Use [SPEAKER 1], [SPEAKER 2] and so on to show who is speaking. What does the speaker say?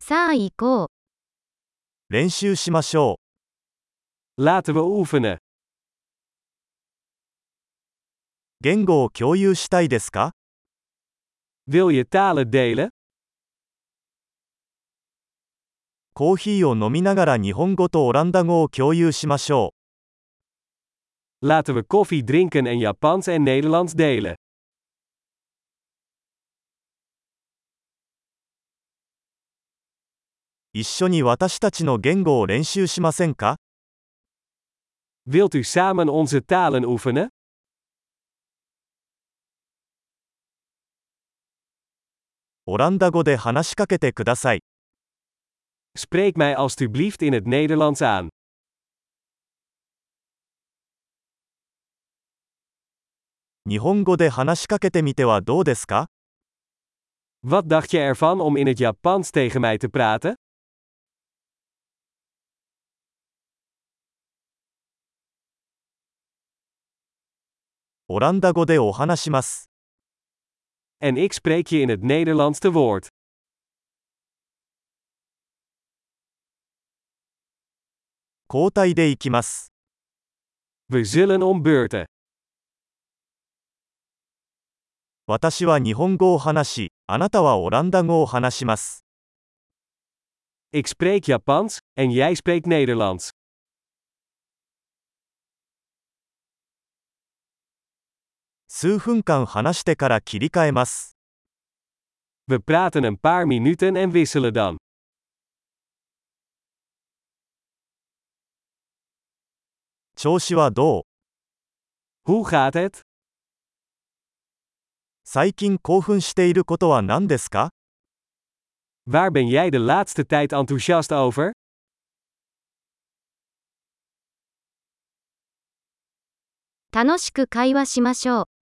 [SPEAKER 1] さあ行こう。
[SPEAKER 2] 練習しましょ
[SPEAKER 3] Laten we oefenen.
[SPEAKER 2] う。言語を共有したいですか
[SPEAKER 3] Wil je talen delen?
[SPEAKER 2] コーヒーを飲みながら日本語とオランダ語を共有しましょ
[SPEAKER 3] Laten we koffie drinken en Japans en Nederlands delen.
[SPEAKER 2] う。一緒に私たちの言語を練習しませんか
[SPEAKER 3] Wilt u samen onze talen oefenen?
[SPEAKER 2] オランダ語で話しかけてください。
[SPEAKER 3] Spreek mij alstublieft in het Nederlands aan.
[SPEAKER 2] 日本語で話しかけてみてはどうですか
[SPEAKER 3] Wat dacht je ervan om in het Japans tegen mij te praten?
[SPEAKER 2] オランダ語でお話します。
[SPEAKER 3] En ik spreek je in het Nederlands te woord.
[SPEAKER 2] 交代で行きます。
[SPEAKER 3] We zullen om beurten.
[SPEAKER 2] 私は日本語を話し、あなたはオランダ語を話します。
[SPEAKER 3] Ik spreek Japans en jij spreekt Nederlands.
[SPEAKER 2] 数分間話してから切り替えます。
[SPEAKER 3] We praten een paar minuten en wisselen dan.
[SPEAKER 2] 調子はどう
[SPEAKER 3] Hoe gaat het?
[SPEAKER 2] 最近興奮していることは何ですか
[SPEAKER 3] Waar ben jij de laatste tijd enthousiast over?
[SPEAKER 1] 楽しく会話しましょう。